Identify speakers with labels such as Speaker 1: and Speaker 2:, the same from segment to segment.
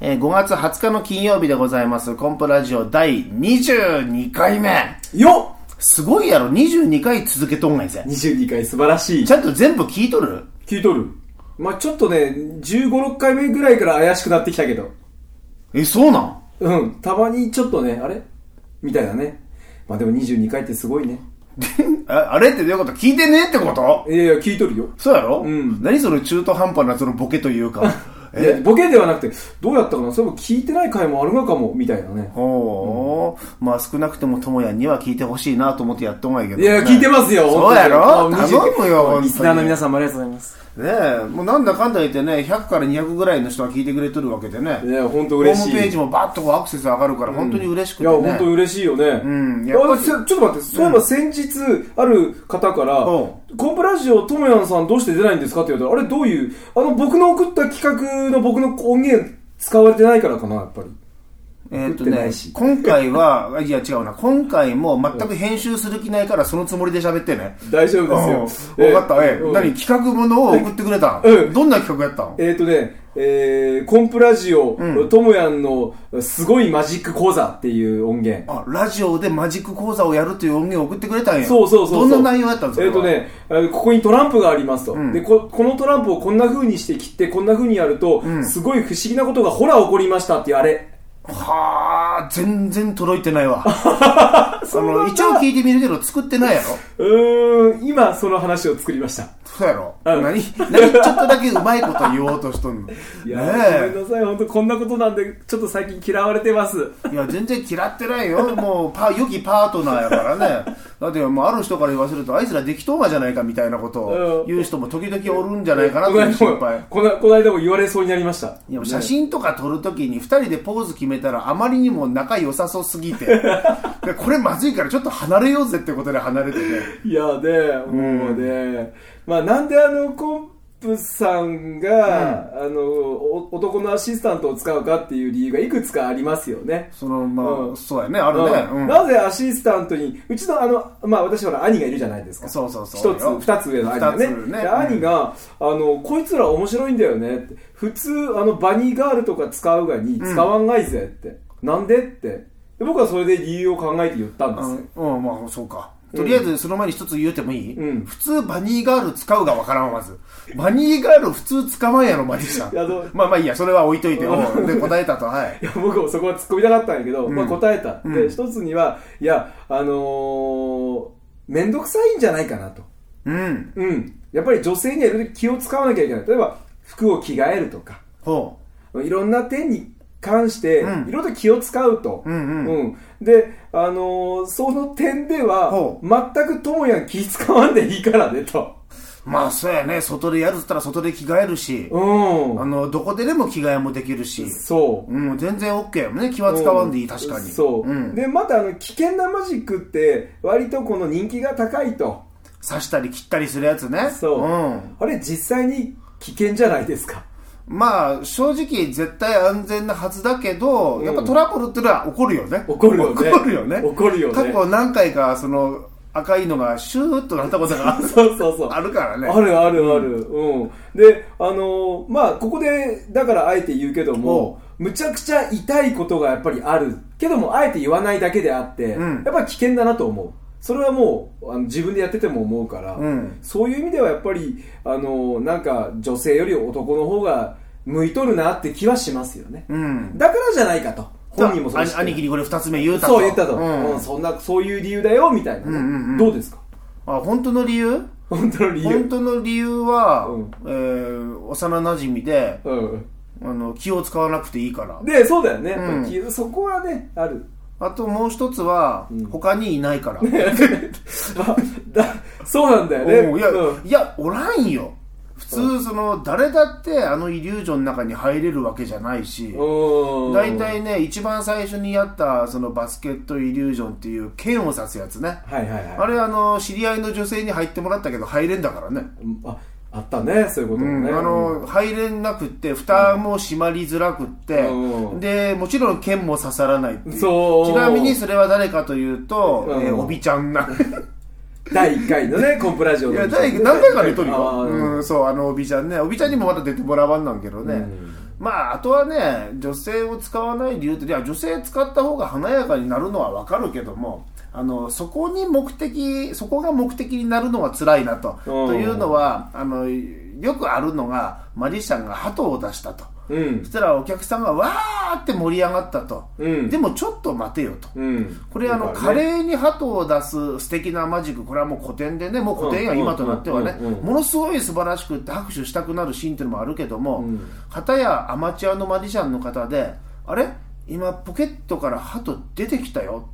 Speaker 1: えー5月20日の金曜日でございます。コンプラジオ第22回目。
Speaker 2: よ
Speaker 1: すごいやろ、22回続けとんがいぜ
Speaker 2: っ。!22 回素晴らしい
Speaker 1: ち。ゃんと全部聞いとる
Speaker 2: 聞いとるまあちょっとね、15、6回目ぐらいから怪しくなってきたけど。
Speaker 1: え、そうなん
Speaker 2: うん、たまにちょっとね、あれみたいなね。まあでも22回ってすごいね。
Speaker 1: ああれってどういうこと聞いてねってこと
Speaker 2: いやいや、聞いとるよ。
Speaker 1: そうやろ
Speaker 2: うん
Speaker 1: 何その中途半端なそのボケというか。
Speaker 2: いやボケではなくて、どうやったかなそれも聞いてない回もあるのかも、みたいなね。
Speaker 1: ほう、まあ少なくともともやんには聞いてほしいなと思ってやっとんがいけど、
Speaker 2: いや、聞いてますよ、
Speaker 1: そうやろ
Speaker 2: 本当に
Speaker 1: 頼むよ、本
Speaker 2: リス
Speaker 1: 当
Speaker 2: ナーの
Speaker 1: に。ね
Speaker 2: 皆さんもありがとうございます。
Speaker 1: え、もうなんだかんだ言ってね、100から200ぐらいの人が聞いてくれとるわけでね。
Speaker 2: いや、本当
Speaker 1: ホーム
Speaker 2: 嬉しい。
Speaker 1: ページもバッとこうアクセス上がるから、本当に嬉しくてね。
Speaker 2: いや、本当に嬉しいよね。
Speaker 1: ん
Speaker 2: い
Speaker 1: や
Speaker 2: や
Speaker 1: っぱり
Speaker 2: ちょちょっと待って、そういえば先日、ある方から、
Speaker 1: うん
Speaker 2: コンプラジオ、ともやんさんどうして出ないんですかって言われたら、あれどういう、あの、僕の送った企画の僕の音源使われてないからかな、やっぱり。
Speaker 1: えーっと
Speaker 2: 食ってな
Speaker 1: ね
Speaker 2: いし、
Speaker 1: 今回は、いや違うな、今回も全く編集する気ないからそのつもりで喋ってね。
Speaker 2: 大丈
Speaker 1: うん
Speaker 2: 夫
Speaker 1: わ
Speaker 2: ですよ。
Speaker 1: かった、え、
Speaker 2: うん
Speaker 1: 何、企画ものを送ってくれた
Speaker 2: うん
Speaker 1: んどんな企画やったん
Speaker 2: えっ、とね、えー、コンプラジオ
Speaker 1: う、
Speaker 2: ともやんのすごいマジック講座っていう音源。
Speaker 1: あ、ラジオでマジック講座をやるという音源を送ってくれたんや。
Speaker 2: そうそうそうそう
Speaker 1: どんな内容やったんですか
Speaker 2: えっ、と。ね、えーここにトランプがありますと、
Speaker 1: うん
Speaker 2: でここのトランプをこんな風にして切ってこんな風にやると、
Speaker 1: ん
Speaker 2: すごい不思議なことがほら起こりましたっていうあれ
Speaker 1: はあ、全然届いてない わ。あ
Speaker 2: な
Speaker 1: の、
Speaker 2: んだ
Speaker 1: 一応聞いてみるけど作ってないやろ
Speaker 2: うーん今その話を作りました
Speaker 1: そうやろ
Speaker 2: うん
Speaker 1: 何何ちょっとだけうまいこと言おうとしとんの。ね
Speaker 2: いやー、ごめ
Speaker 1: え。
Speaker 2: んなさい本当こんなことなんでちょっと最近嫌われてます
Speaker 1: いや、全然嫌ってないよ。もう、パ、良きパートナーやからね。だって、もう、ある人から言わせると、あいつらできとうがじゃないかみたいなことを言う人も時々おるんじゃないかなと
Speaker 2: こ
Speaker 1: い
Speaker 2: の
Speaker 1: う
Speaker 2: 間
Speaker 1: 心
Speaker 2: も
Speaker 1: 配。
Speaker 2: このこの間も言われそうになりました
Speaker 1: でも写真とか撮るときに2人でポーズ決めたらあまりにも仲良さそうす ぎてでこれまずいからちょっと離れようぜってことで離れてね
Speaker 2: いやで、もうね、まあなんであのコンプさんが、あのお男のアシスタントを使うかっていう理由がいくつかありますよね。
Speaker 1: そのまあ、
Speaker 2: うん
Speaker 1: そうやねあるね、
Speaker 2: う
Speaker 1: うんん
Speaker 2: なぜアシスタントに、うちのあの、まあ私ほら兄がいるじゃないですか。
Speaker 1: そうそうそう
Speaker 2: 一つ、二つ上の兄が
Speaker 1: 二
Speaker 2: ね。
Speaker 1: つね
Speaker 2: で兄が、あの、こいつら面白いんだよねって。普通、あの、バニーガールとか使うがに使わんがいぜって。なんでって。で僕はそれで理由を考えて言ったんですよ。
Speaker 1: うん、うんまあそうかとりあえずその前に一つ言うてもいい、
Speaker 2: うん
Speaker 1: 普通バニーガール使うがわからんわまずバニーガール普通使わんやろマジシャ
Speaker 2: いやどう
Speaker 1: ンまあまあいいやそれは置いといてうんで答えたとはい
Speaker 2: いや僕もそこは突っ込みたかったんやけど、まあ、答えた、
Speaker 1: う
Speaker 2: で
Speaker 1: ん
Speaker 2: 一つにはいやあのー、めんどくさいんじゃないかなと
Speaker 1: うん
Speaker 2: うんやっぱり女性にはいろいろ気を使わなきゃいけない例えば服を着替えるとか
Speaker 1: ほ
Speaker 2: いろんな点に関して、
Speaker 1: うん
Speaker 2: いろいろと気を使うと、
Speaker 1: うんうん
Speaker 2: で、あのーその点では
Speaker 1: ほ
Speaker 2: 全くともやん気使わんでいいからねと
Speaker 1: うまあそうやね外でやるっつったら外で着替えるし、
Speaker 2: う
Speaker 1: あ
Speaker 2: ん
Speaker 1: のどこででも着替えもできるし
Speaker 2: そう
Speaker 1: うん、全然 OK やもんね。気は使わんでいい、確かに。
Speaker 2: そう、
Speaker 1: ん。で、
Speaker 2: でまたあの危険なマジックって割とこの人気が高いと
Speaker 1: 刺したり切ったりするやつね。
Speaker 2: そう、
Speaker 1: うん。
Speaker 2: あれ実際に危険じゃないですか
Speaker 1: まあ、正直、絶対安全なはずだけど、
Speaker 2: うん
Speaker 1: やっぱトラブルってのは起こるよね。
Speaker 2: 起こるよね
Speaker 1: 起こるよね。
Speaker 2: 起こるよね
Speaker 1: 過去何回か、その、赤いのがシューッとなったこと が
Speaker 2: そうそうそう
Speaker 1: あるからね。
Speaker 2: あるあるある、うんであのーまあここでだからあえて言うけどもむちゃくちゃ痛いことがやっぱりあるけどもあえて言わないだけであって、
Speaker 1: うん
Speaker 2: やっぱり危険だなと思うそれはもうあの自分でやってても思うから、
Speaker 1: うん
Speaker 2: そういう意味ではやっぱりあのーなんか女性より男の方が向いとるなって気はしますよね、
Speaker 1: うん。
Speaker 2: だからじゃないかと本人もそう
Speaker 1: あ
Speaker 2: 知ってる
Speaker 1: 兄貴にこれ二つ目言うたと。
Speaker 2: そう言ったと、
Speaker 1: うん
Speaker 2: うんそんなそういう理由だよみたい
Speaker 1: う
Speaker 2: なね、
Speaker 1: んうんうん
Speaker 2: どうですか
Speaker 1: あ、本当の理由
Speaker 2: 本当の理
Speaker 1: 本
Speaker 2: 由、
Speaker 1: 当の理由は、
Speaker 2: うん
Speaker 1: えー、幼馴染で、
Speaker 2: う
Speaker 1: あの、気を使わなくていいから
Speaker 2: ん、。でそうだよね、
Speaker 1: うん
Speaker 2: やっぱりそこはねある
Speaker 1: あともう一つは、他にいないから。
Speaker 2: まあだそうなんだよね
Speaker 1: おういや、
Speaker 2: うん
Speaker 1: いや、おらんよ。普通、その、誰だってあのイリュージョンの中に入れるわけじゃないし、
Speaker 2: うん
Speaker 1: 大体ね、一番最初にやった、そのバスケットイリュージョンっていう剣を刺すやつね。
Speaker 2: はいはいはい
Speaker 1: あれ、あの、知り合いの女性に入ってもらったけど、入れんだからね。
Speaker 2: うんああったねそういうこと
Speaker 1: う
Speaker 2: も
Speaker 1: ん
Speaker 2: ね、
Speaker 1: あの、入れなくって、蓋も閉まりづらくって、
Speaker 2: うん
Speaker 1: で、もちろん剣も刺さらないっていう。
Speaker 2: そう
Speaker 1: ちなみにそれは誰かというと、
Speaker 2: うん
Speaker 1: えーおびちゃんな。
Speaker 2: 第1回 のねコンプラジオ
Speaker 1: い
Speaker 2: の
Speaker 1: や、第何回か出とる
Speaker 2: あ
Speaker 1: よ。
Speaker 2: ー
Speaker 1: うん、そう、あの、おびちゃんね。おびちゃんにもまだ出てもらわんなんけどね。まあ、あとはね、女性を使わない理由って、いや、女性使った方が華やかになるのはわかるけども、あの、そこに目的、そこが目的になるのは辛いなと。というのは、あの、よくあるのが、マジシャンが鳩を出したと。
Speaker 2: うん
Speaker 1: そしたらお客さんがわーって盛り上がったと。
Speaker 2: うん
Speaker 1: でもちょっと待てよと。
Speaker 2: うん
Speaker 1: これあの、
Speaker 2: だ
Speaker 1: 華
Speaker 2: からね
Speaker 1: 麗に鳩を出す素敵なマジック、これはもう古典でね、もう古典や
Speaker 2: うん
Speaker 1: 今となってはね
Speaker 2: うんうんうん、
Speaker 1: ものすごい素晴らしくって拍手したくなるシーンっていうのもあるけども
Speaker 2: ん、
Speaker 1: 片やアマチュアのマジシャンの方で、あれ今ポケットから鳩出てきたよ。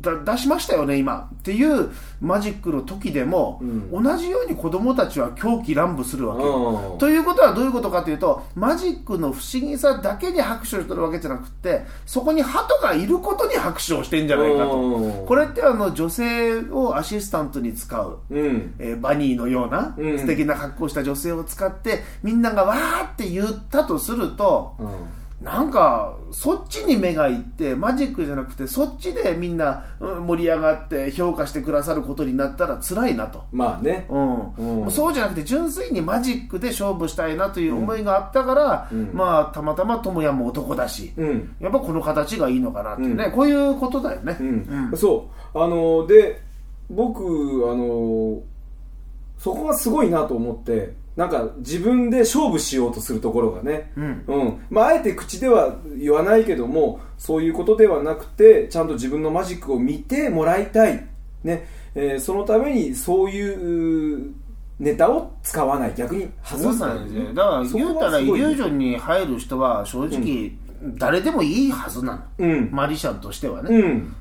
Speaker 1: だ出しましたよね今っていうマジックの時でも、同じように子供たちは狂喜乱舞するわけよ、
Speaker 2: うん
Speaker 1: ということはどういうことかというとマジックの不思議さだけに拍手をしてるわけじゃなくってそこに鳩がいることに拍手をしてんじゃないか
Speaker 2: う
Speaker 1: と
Speaker 2: ん
Speaker 1: これってあの女性をアシスタントに使う、
Speaker 2: うん
Speaker 1: えーバニーのような
Speaker 2: うん
Speaker 1: 素敵な格好をした女性を使ってみんながわーって言ったとすると
Speaker 2: うん
Speaker 1: なんかそっちに目がいってマジックじゃなくてそっちでみんなうん盛り上がって評価してくださることになったら辛いなと。
Speaker 2: まあね
Speaker 1: うん
Speaker 2: うん
Speaker 1: そうじゃなくて純粋にマジックで勝負したいなという思いがあったから、まあたまたま智也も男だし、
Speaker 2: うん
Speaker 1: やっぱこの形がいいのかなっていうね、
Speaker 2: う
Speaker 1: こういうことだよね、
Speaker 2: うんそうあので僕あのそこがすごいなと思ってなんか自分で勝負しようとするところがね
Speaker 1: うん
Speaker 2: まああえて口では言わないけどもそういうことではなくてちゃんと自分のマジックを見てもらいたいね、えーそのためにそういううネタを使わない逆に
Speaker 1: そう
Speaker 2: 外さ
Speaker 1: な
Speaker 2: なんい
Speaker 1: ですよだから
Speaker 2: そ
Speaker 1: 言う
Speaker 2: こ
Speaker 1: た
Speaker 2: は
Speaker 1: ら
Speaker 2: す
Speaker 1: イリ
Speaker 2: ごい
Speaker 1: ュージョンに入る人は正直誰でもいいはずなの、
Speaker 2: うん
Speaker 1: マリシャンとしてはね、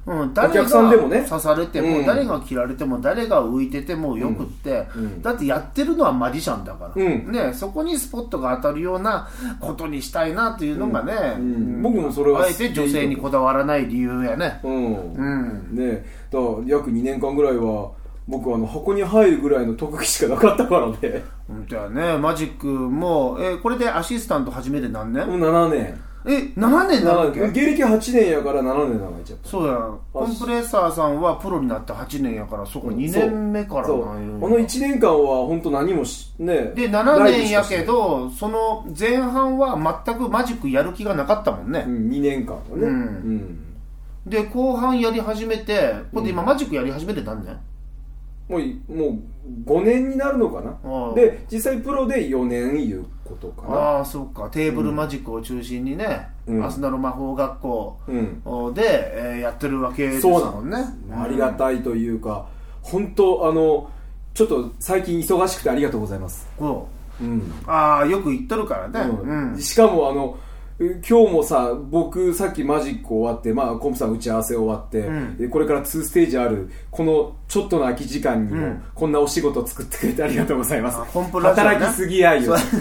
Speaker 2: うん
Speaker 1: うん、誰
Speaker 2: お
Speaker 1: が
Speaker 2: 客さんでもね
Speaker 1: 刺されても、
Speaker 2: うん
Speaker 1: 誰が切られても誰が浮いててもよくって、だってやってるのはマジシャンだから、
Speaker 2: うん
Speaker 1: ね、そこにスポットが当たるようなことにしたいなというのがね、
Speaker 2: うん僕もそれは
Speaker 1: あえて女性にこだわらない理由やね
Speaker 2: うん
Speaker 1: うん
Speaker 2: ねだから約2年間ぐらいは僕あの箱に入るぐらいの特技しかなかったから ね
Speaker 1: 本当やねマジックも、えーこれでアシスタント始めて何
Speaker 2: も
Speaker 1: 年
Speaker 2: う7年
Speaker 1: え7年な
Speaker 2: 7
Speaker 1: んだっ
Speaker 2: 年
Speaker 1: け
Speaker 2: 芸歴8年やから7年長いちゃった
Speaker 1: そうやんコンプレッサーさんはプロになって8年やからそこ2年目からな
Speaker 2: そ
Speaker 1: ん
Speaker 2: う
Speaker 1: や
Speaker 2: この1年間は本当何もしね
Speaker 1: で7年や
Speaker 2: ライ
Speaker 1: け
Speaker 2: ブしかし
Speaker 1: どその前半は全くマジックやる気がなかったもんね、
Speaker 2: てないうん、2年間はね
Speaker 1: う
Speaker 2: うんん、
Speaker 1: で後半やり始めてこれで今マジックやり始めて何年、
Speaker 2: もういもう5年になるのか
Speaker 1: ああ
Speaker 2: なで実際プロで4年いうことかな
Speaker 1: ああそうかテーブルマジックを中心にね、
Speaker 2: うん
Speaker 1: アスナの魔法学校
Speaker 2: うん
Speaker 1: で、えーやってるわけです
Speaker 2: そうな
Speaker 1: も
Speaker 2: の
Speaker 1: んね
Speaker 2: ありがたいというか本当あのちょっと最近忙しくてありがとうございます
Speaker 1: こ
Speaker 2: うん
Speaker 1: うああよく言っとるからねうん、
Speaker 2: しかもあのう今日もさ僕さっきマジック終わって、まあ、コンプさん打ち合わせ終わって、
Speaker 1: ん
Speaker 2: でこれから2ステージあるこのちょっとの空き時間にも、こんなお仕事作ってくれてありがとうございます
Speaker 1: あコンプラジオね
Speaker 2: 働きすぎやよ
Speaker 1: そ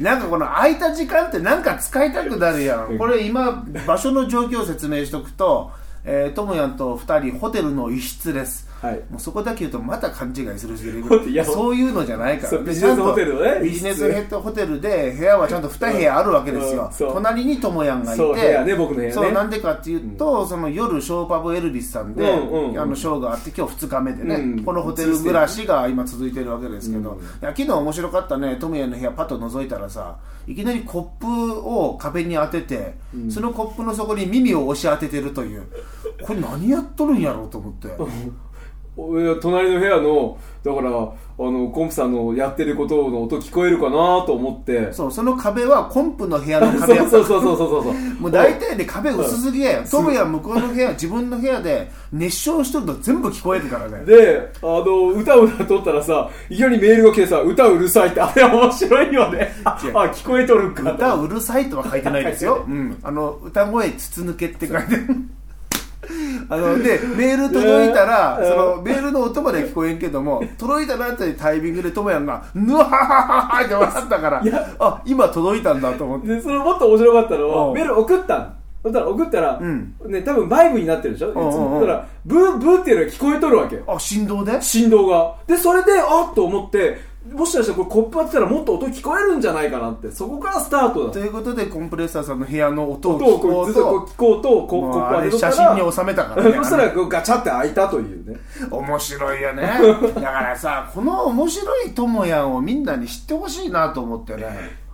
Speaker 1: うなんかこの空いた時間ってなんか使いたくなるやんこれ今場所の状況を説明しとくとえーともやんと2人ホテルの一室です
Speaker 2: はい
Speaker 1: もうそこだけ言うとまた勘違いする人いる
Speaker 2: ホ テルいや
Speaker 1: そういうのじゃないか
Speaker 2: そ
Speaker 1: ら
Speaker 2: う
Speaker 1: ね
Speaker 2: ビジネスホテルの
Speaker 1: ち
Speaker 2: ね
Speaker 1: ゃんとビジネスヘッドホテルで部屋はちゃんと2部屋あるわけです
Speaker 2: うん
Speaker 1: よ
Speaker 2: うんそう
Speaker 1: 隣にともやんがいて
Speaker 2: そう部屋ね僕の部屋ね
Speaker 1: そうなんでかっていうとその夜ショーパブエルビスさんであ
Speaker 2: うんうんうん
Speaker 1: のショーがあって今日2日目で
Speaker 2: う
Speaker 1: ね
Speaker 2: ん
Speaker 1: このホテル暮らしが今続いてるわけですけど、いや昨日面白かったねトムヤの部屋パッと覗いたらさいきなりコップを壁に当てて、そのコップの底に耳を押し当ててるというこれ何やっとるんやろうと思 って
Speaker 2: おいや隣の部屋のだからあのコンプさんのやってることの音聞こえるかなと思って
Speaker 1: そうその壁はコンプの部屋の
Speaker 2: そ
Speaker 1: 壁や
Speaker 2: うそうそうそうそうそう
Speaker 1: もう大体ね壁薄すぎやよトムヤ向こうの部屋自分の部屋で熱唱しとると全部聞こえるからね
Speaker 2: で、あの、歌を歌っとったらさ、いきなりメールが来てさ、歌うるさいって、あれ面白いよね。あ、
Speaker 1: 違う
Speaker 2: 聞こえとるんか。
Speaker 1: 歌うるさいとは書いてないですよ、うん、あの歌声筒抜けって書いて るあのでメール届いたら、
Speaker 2: えー
Speaker 1: そのメールの音までは聞こえんけども届いたなというタイミングでともやんが「ぬわはははは」って笑ったから
Speaker 2: いや
Speaker 1: あ今届いたんだと思って
Speaker 2: で、それもっと面白かったの
Speaker 1: うん
Speaker 2: は、メール送ったんだから送ったら、
Speaker 1: ん
Speaker 2: ね、多分バイブになってるでしょいつ
Speaker 1: うんうんう
Speaker 2: も
Speaker 1: ん
Speaker 2: だから、ブー、ブーっていうのが聞こえとるわけよ。
Speaker 1: あ振動で
Speaker 2: 振動が。で、それで、あっと思って、もしかしたらこれコップ当てたらもっと音聞こえるんじゃないかなって、そこからスタートだ
Speaker 1: と
Speaker 2: と。
Speaker 1: いうことでコンプレッサーさんの部屋の音を
Speaker 2: 音を
Speaker 1: 聞
Speaker 2: こ
Speaker 1: こ
Speaker 2: うず
Speaker 1: う
Speaker 2: っとこ
Speaker 1: と
Speaker 2: う聞こうと、こう
Speaker 1: もう
Speaker 2: コップ
Speaker 1: あ
Speaker 2: 当て
Speaker 1: れ
Speaker 2: とった
Speaker 1: 写
Speaker 2: ら。
Speaker 1: 真に収めたからね
Speaker 2: そしたらこうガチャって開いたというね。
Speaker 1: 面白い よね だからさこの面白いともやんをみんなに知ってほしいなと思ってね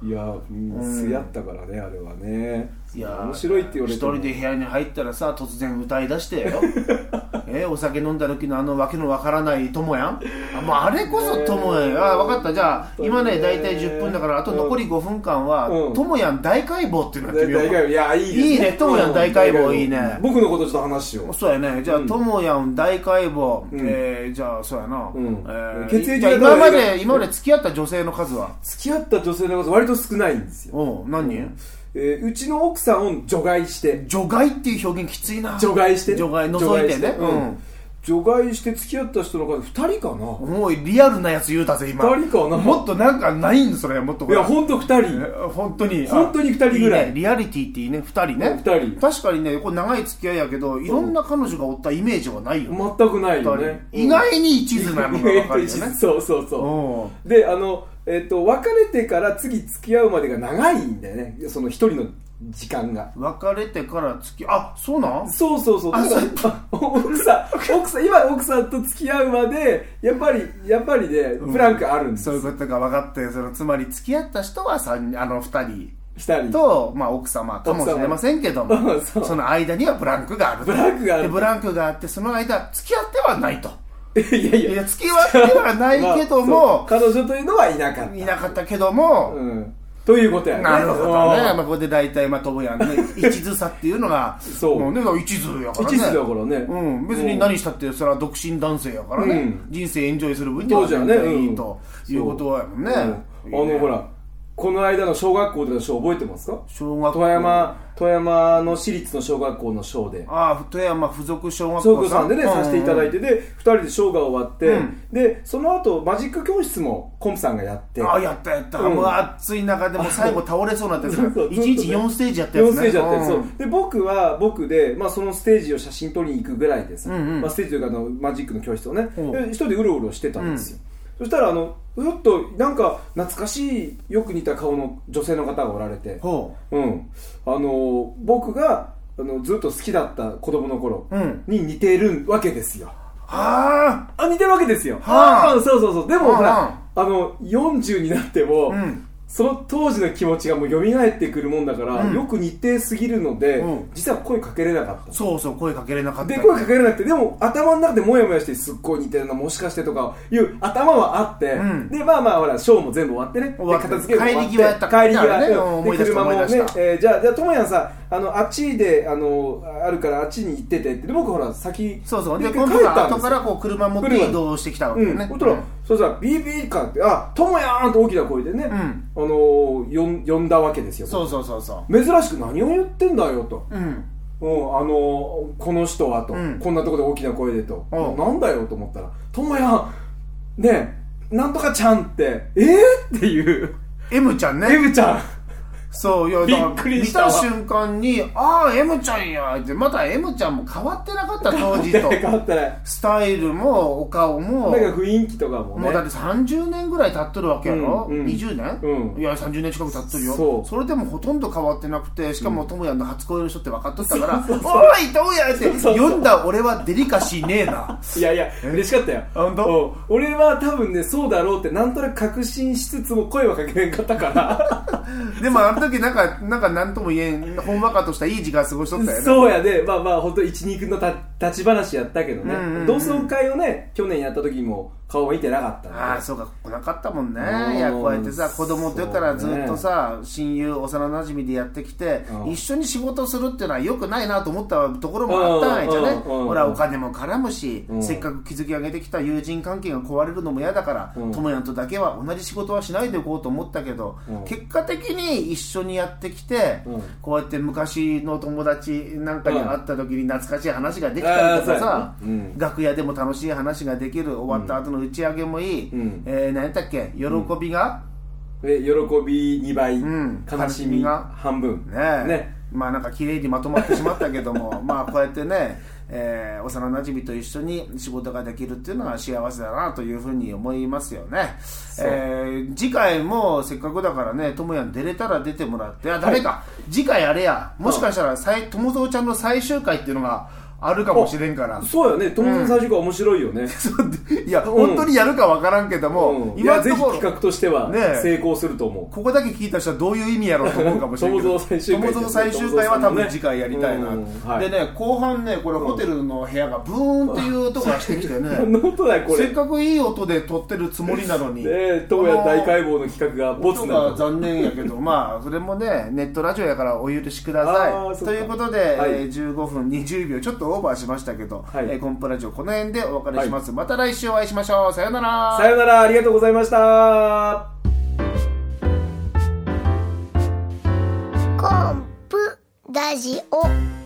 Speaker 2: いやー
Speaker 1: うん
Speaker 2: 素やったからねあれはね
Speaker 1: いやー
Speaker 2: 面白いって言われ
Speaker 1: 一
Speaker 2: ても
Speaker 1: 人で部屋に入ったらさ突然歌い出して よえお酒飲んだ時のあのわけのわからない友やんあ,、まあ、あれこそ友やん、あ分かったじゃあ
Speaker 2: 本当にね
Speaker 1: 今ね大体10分だからあと残り5分間は
Speaker 2: うん
Speaker 1: 友、やん大解剖っていうのやって
Speaker 2: 大
Speaker 1: みよう
Speaker 2: 大
Speaker 1: か
Speaker 2: 解剖いやいいです
Speaker 1: いいね友やん大解剖いいね
Speaker 2: 僕のことちょっと話しよう
Speaker 1: そうやねじゃあ
Speaker 2: うん
Speaker 1: 友やん大解剖、
Speaker 2: うん
Speaker 1: えーじゃあそうやな、
Speaker 2: うん
Speaker 1: えー
Speaker 2: 血液
Speaker 1: じゃあ
Speaker 2: 型
Speaker 1: 今
Speaker 2: は
Speaker 1: ま
Speaker 2: うん
Speaker 1: で今まで付き合った女性の数は
Speaker 2: 付き合った女性の数割と少ないんですよ、
Speaker 1: おう何人、
Speaker 2: えーうちの奥さんを除外して
Speaker 1: 除外っていう表現きついな
Speaker 2: 除外して
Speaker 1: 除外除いてね
Speaker 2: 除外してうん除外して付き合った人の数2人かな
Speaker 1: もうリアルなやつ言うたぜ今
Speaker 2: 二人かな
Speaker 1: もっとなんかないんそれもっと
Speaker 2: いやほんと2人
Speaker 1: え本当に
Speaker 2: 本当に二人ぐらい
Speaker 1: ねリアリティっていいね2人ね
Speaker 2: 二人
Speaker 1: 確かにねこれ長い付き合いやけどいろんな彼女がおったイメージはないよね
Speaker 2: 全くないよ
Speaker 1: 二
Speaker 2: ね
Speaker 1: 人意外に一途なのが分かるよね
Speaker 2: そうそうそう
Speaker 1: おう
Speaker 2: であの、えっと別れてから次付き合うまでが長いんだよねその一人の時間が
Speaker 1: 別れてから付きあそうなん
Speaker 2: そうそうそう
Speaker 1: あ
Speaker 2: だからあ奥さん奥さん今の奥さんと付き合うまでやっぱりやっぱりね
Speaker 1: ん
Speaker 2: ブランクあるんです
Speaker 1: そういうことが分かってそのつまり付き合った人は三あの2人
Speaker 2: 二人
Speaker 1: と、まあ、奥様かもしれませんけど
Speaker 2: 奥様
Speaker 1: も
Speaker 2: うんそう
Speaker 1: その間にはブランクがあると
Speaker 2: ブランクがある
Speaker 1: でブランクがあってその間付き合ってはないと
Speaker 2: いやい
Speaker 1: い
Speaker 2: や
Speaker 1: や付き合ってはないけど
Speaker 2: まあ
Speaker 1: も、
Speaker 2: そう彼女というのはいなかった
Speaker 1: いなかったけども、
Speaker 2: うんということやね
Speaker 1: なるほどね、まあ、
Speaker 2: うん
Speaker 1: ここで大体まあ友やんね一途さっていうのが
Speaker 2: そう
Speaker 1: もうねだから一途やからね
Speaker 2: 一途だからね
Speaker 1: うん、別に何したってそれは独身男性やからね、
Speaker 2: うん
Speaker 1: 人生エンジョイする分に
Speaker 2: 当
Speaker 1: は
Speaker 2: 時は
Speaker 1: 全
Speaker 2: ね
Speaker 1: 然
Speaker 2: う
Speaker 1: い
Speaker 2: ん
Speaker 1: いということやもんね、
Speaker 2: うんあのほらこの間の小学校での章覚えてますか
Speaker 1: 小学校
Speaker 2: 富山富山の私立の小学校の章で
Speaker 1: ああ富山附属小学
Speaker 2: 総
Speaker 1: 校
Speaker 2: 合さんでね、させていただい
Speaker 1: て、
Speaker 2: てで2人でショーが終わって、
Speaker 1: うん
Speaker 2: でその後マジック教室もコンプさんがやって
Speaker 1: ああやったやった、
Speaker 2: うん
Speaker 1: もう暑い中でもう最後倒れそうになったやつ
Speaker 2: そうそう
Speaker 1: 1日4ステージやったやつ
Speaker 2: 4
Speaker 1: ね
Speaker 2: ステージやったやつ、
Speaker 1: う
Speaker 2: そ
Speaker 1: ん
Speaker 2: うで僕は僕で、まあ、そのステージを写真撮りに行くぐらいでさ、
Speaker 1: うんうん
Speaker 2: まあ、ステージというかあのマジックの教室をね、
Speaker 1: うん
Speaker 2: で一人でうろうろしてたんですよ、そしたらあのふっとなんか懐かしいよく似た顔の女性の方がおられて、
Speaker 1: ほ
Speaker 2: うん、あの僕があのずっと好きだった子供の頃
Speaker 1: ううん
Speaker 2: に似ているわけですよ、
Speaker 1: あ
Speaker 2: あ似てるわけですよ、
Speaker 1: はあ
Speaker 2: うんそうそうそうでもほ
Speaker 1: は
Speaker 2: らあの40になっても、
Speaker 1: あうん
Speaker 2: その当時の気持ちがもう蘇ってくるもんだから、
Speaker 1: うん
Speaker 2: よく似てすぎるので、
Speaker 1: うん
Speaker 2: 実は声かけれなかった
Speaker 1: そうそう声かけれなかった
Speaker 2: で声かけれなくてでも頭の中でモヤモヤしてすっごい似てるなもしかしてとかいう頭はあって、
Speaker 1: うん
Speaker 2: でまあまあほらショーも全部終わってね
Speaker 1: 終わって
Speaker 2: で片付けも終わっ
Speaker 1: 帰り
Speaker 2: て
Speaker 1: 際やった
Speaker 2: 帰り
Speaker 1: だ
Speaker 2: 際、
Speaker 1: からね
Speaker 2: うん
Speaker 1: 思い出した
Speaker 2: 車もね
Speaker 1: 思い出した
Speaker 2: えーじゃあじゃあともやんさあのあっちであのあるからあっちに行っててってで僕ほら先
Speaker 1: そうそうで
Speaker 2: 一
Speaker 1: 今
Speaker 2: 回
Speaker 1: 度
Speaker 2: 帰った
Speaker 1: は
Speaker 2: んで
Speaker 1: 後
Speaker 2: す
Speaker 1: か
Speaker 2: よ
Speaker 1: らこう車持って移動してきたわけよね、
Speaker 2: うん、そしたら、そしたら BB カーって、あ、ともやーんと大きな声でね、
Speaker 1: ん
Speaker 2: あのー、よん呼んだわけですよ。
Speaker 1: そうそうそうそ
Speaker 2: 珍しく何を言ってんだよと。
Speaker 1: ううん
Speaker 2: うん、あのー、この人はと、
Speaker 1: うん
Speaker 2: こんなとこで大きな声でと、
Speaker 1: うん
Speaker 2: なんだよと思ったら、ともやん、ねえ、なんとかちゃんって、えー、っていう、
Speaker 1: M ちゃんね
Speaker 2: エブちゃん。
Speaker 1: そういやだから
Speaker 2: びっくりしたわ
Speaker 1: 見た瞬間に「ああ M ちゃんや」ってまた M ちゃんも変わってなかった当時と
Speaker 2: 変わったね。
Speaker 1: スタイルもお顔も
Speaker 2: なんか雰囲気とかも
Speaker 1: もう
Speaker 2: ね
Speaker 1: だっ。て30年ぐらい経っとるわけやろ、
Speaker 2: うんうん
Speaker 1: 20年、
Speaker 2: うん
Speaker 1: いや30年近く経っとるよ
Speaker 2: そう
Speaker 1: れでもほとんど変わってなくてしかも智也の初恋の人って分かっとったから「
Speaker 2: そうそうそう
Speaker 1: おい智也!」って
Speaker 2: そうそうそう
Speaker 1: 読んだ俺はデリカシーねえない
Speaker 2: やいや、嬉しかったよ。
Speaker 1: 本当
Speaker 2: うん俺は多分ね、そうだろうって、なんとなく確信しつつも声はかけれんかったから。
Speaker 1: でもあの時なんかなんか何とも言えんほんわかとしたいい時間過ごしとったよね
Speaker 2: そうやで、まあまあ、本当一二君のた立ち話やったけどね、
Speaker 1: うんうんうん
Speaker 2: 同窓会をね、去年やった時も顔は見てなかったんで
Speaker 1: ああそうか来なかったもんね
Speaker 2: うん
Speaker 1: いやこうやってさ子供の時からず
Speaker 2: そうね
Speaker 1: っとさ、親友幼なじみでやってきて、
Speaker 2: うん
Speaker 1: 一緒に仕事するっていうのはよくないなと思ったところもあったんやじゃ
Speaker 2: うん
Speaker 1: ね
Speaker 2: うんうん
Speaker 1: ほらお金も絡むし、
Speaker 2: うん
Speaker 1: せっかく築き上げてきた友人関係が壊れるのも嫌だから
Speaker 2: うん
Speaker 1: 友也、とだけは同じ仕事はしないでおこうと思ったけど、
Speaker 2: うん
Speaker 1: 結果的に一緒にやってきて、
Speaker 2: うん
Speaker 1: こうやって昔の友達なんかに会った時に懐かしい話ができたりとかさ、
Speaker 2: うんうん
Speaker 1: 楽屋でも楽しい話ができる終わった後の打ち上げもいい、
Speaker 2: うん
Speaker 1: えー、何やったっけ喜びが、
Speaker 2: で喜び2倍、
Speaker 1: ん
Speaker 2: 悲しみ半分。
Speaker 1: ねえ
Speaker 2: ね
Speaker 1: まあなんか綺麗にまとまってしまったけども まあこうやってね、えー幼なじみと一緒に仕事ができるっていうのは幸せだなというふうに思いますよね、え
Speaker 2: う
Speaker 1: ー次回もせっかくだからね智也に出れたら出てもらってあ誰か、次回あれやもしかしたらさい友蔵ちゃんの最終回っていうのがあるかもしれんから
Speaker 2: そうよね友達の最初から面白いよね、
Speaker 1: そう でいや、本当にやるかわからんけども、
Speaker 2: うんい
Speaker 1: 今
Speaker 2: や
Speaker 1: の
Speaker 2: ぜ
Speaker 1: と
Speaker 2: ひ
Speaker 1: ころ
Speaker 2: 企画としては
Speaker 1: ねえ
Speaker 2: 成功すると思う、
Speaker 1: ここだけ聞いた人はどういう意味やろうと思うかもしれないけど
Speaker 2: 友蔵最終回
Speaker 1: 友蔵最終回は多分次回やりたいな、
Speaker 2: うんは
Speaker 1: で
Speaker 2: い
Speaker 1: ね後半ねこれホテルの部屋がブーンっていう音がしてき てね
Speaker 2: 何の音だよこ
Speaker 1: せ
Speaker 2: れ
Speaker 1: っかくいい音で撮ってるつもりなの に、
Speaker 2: で東野大解剖の企画がボツ
Speaker 1: 音
Speaker 2: にな
Speaker 1: が
Speaker 2: ると
Speaker 1: 残念やけどまあそれもねネットラジオやからお許しくだ
Speaker 2: あ
Speaker 1: さ
Speaker 2: ー
Speaker 1: い
Speaker 2: そっか
Speaker 1: ということで、
Speaker 2: はい
Speaker 1: えー15分20秒ちょっとオーバーしましたけど、
Speaker 2: はい
Speaker 1: えーコンプラジオこの辺でお別れします、また来週お会いしましょうさようなら
Speaker 2: さよならありがとうございました
Speaker 3: コンプラジオ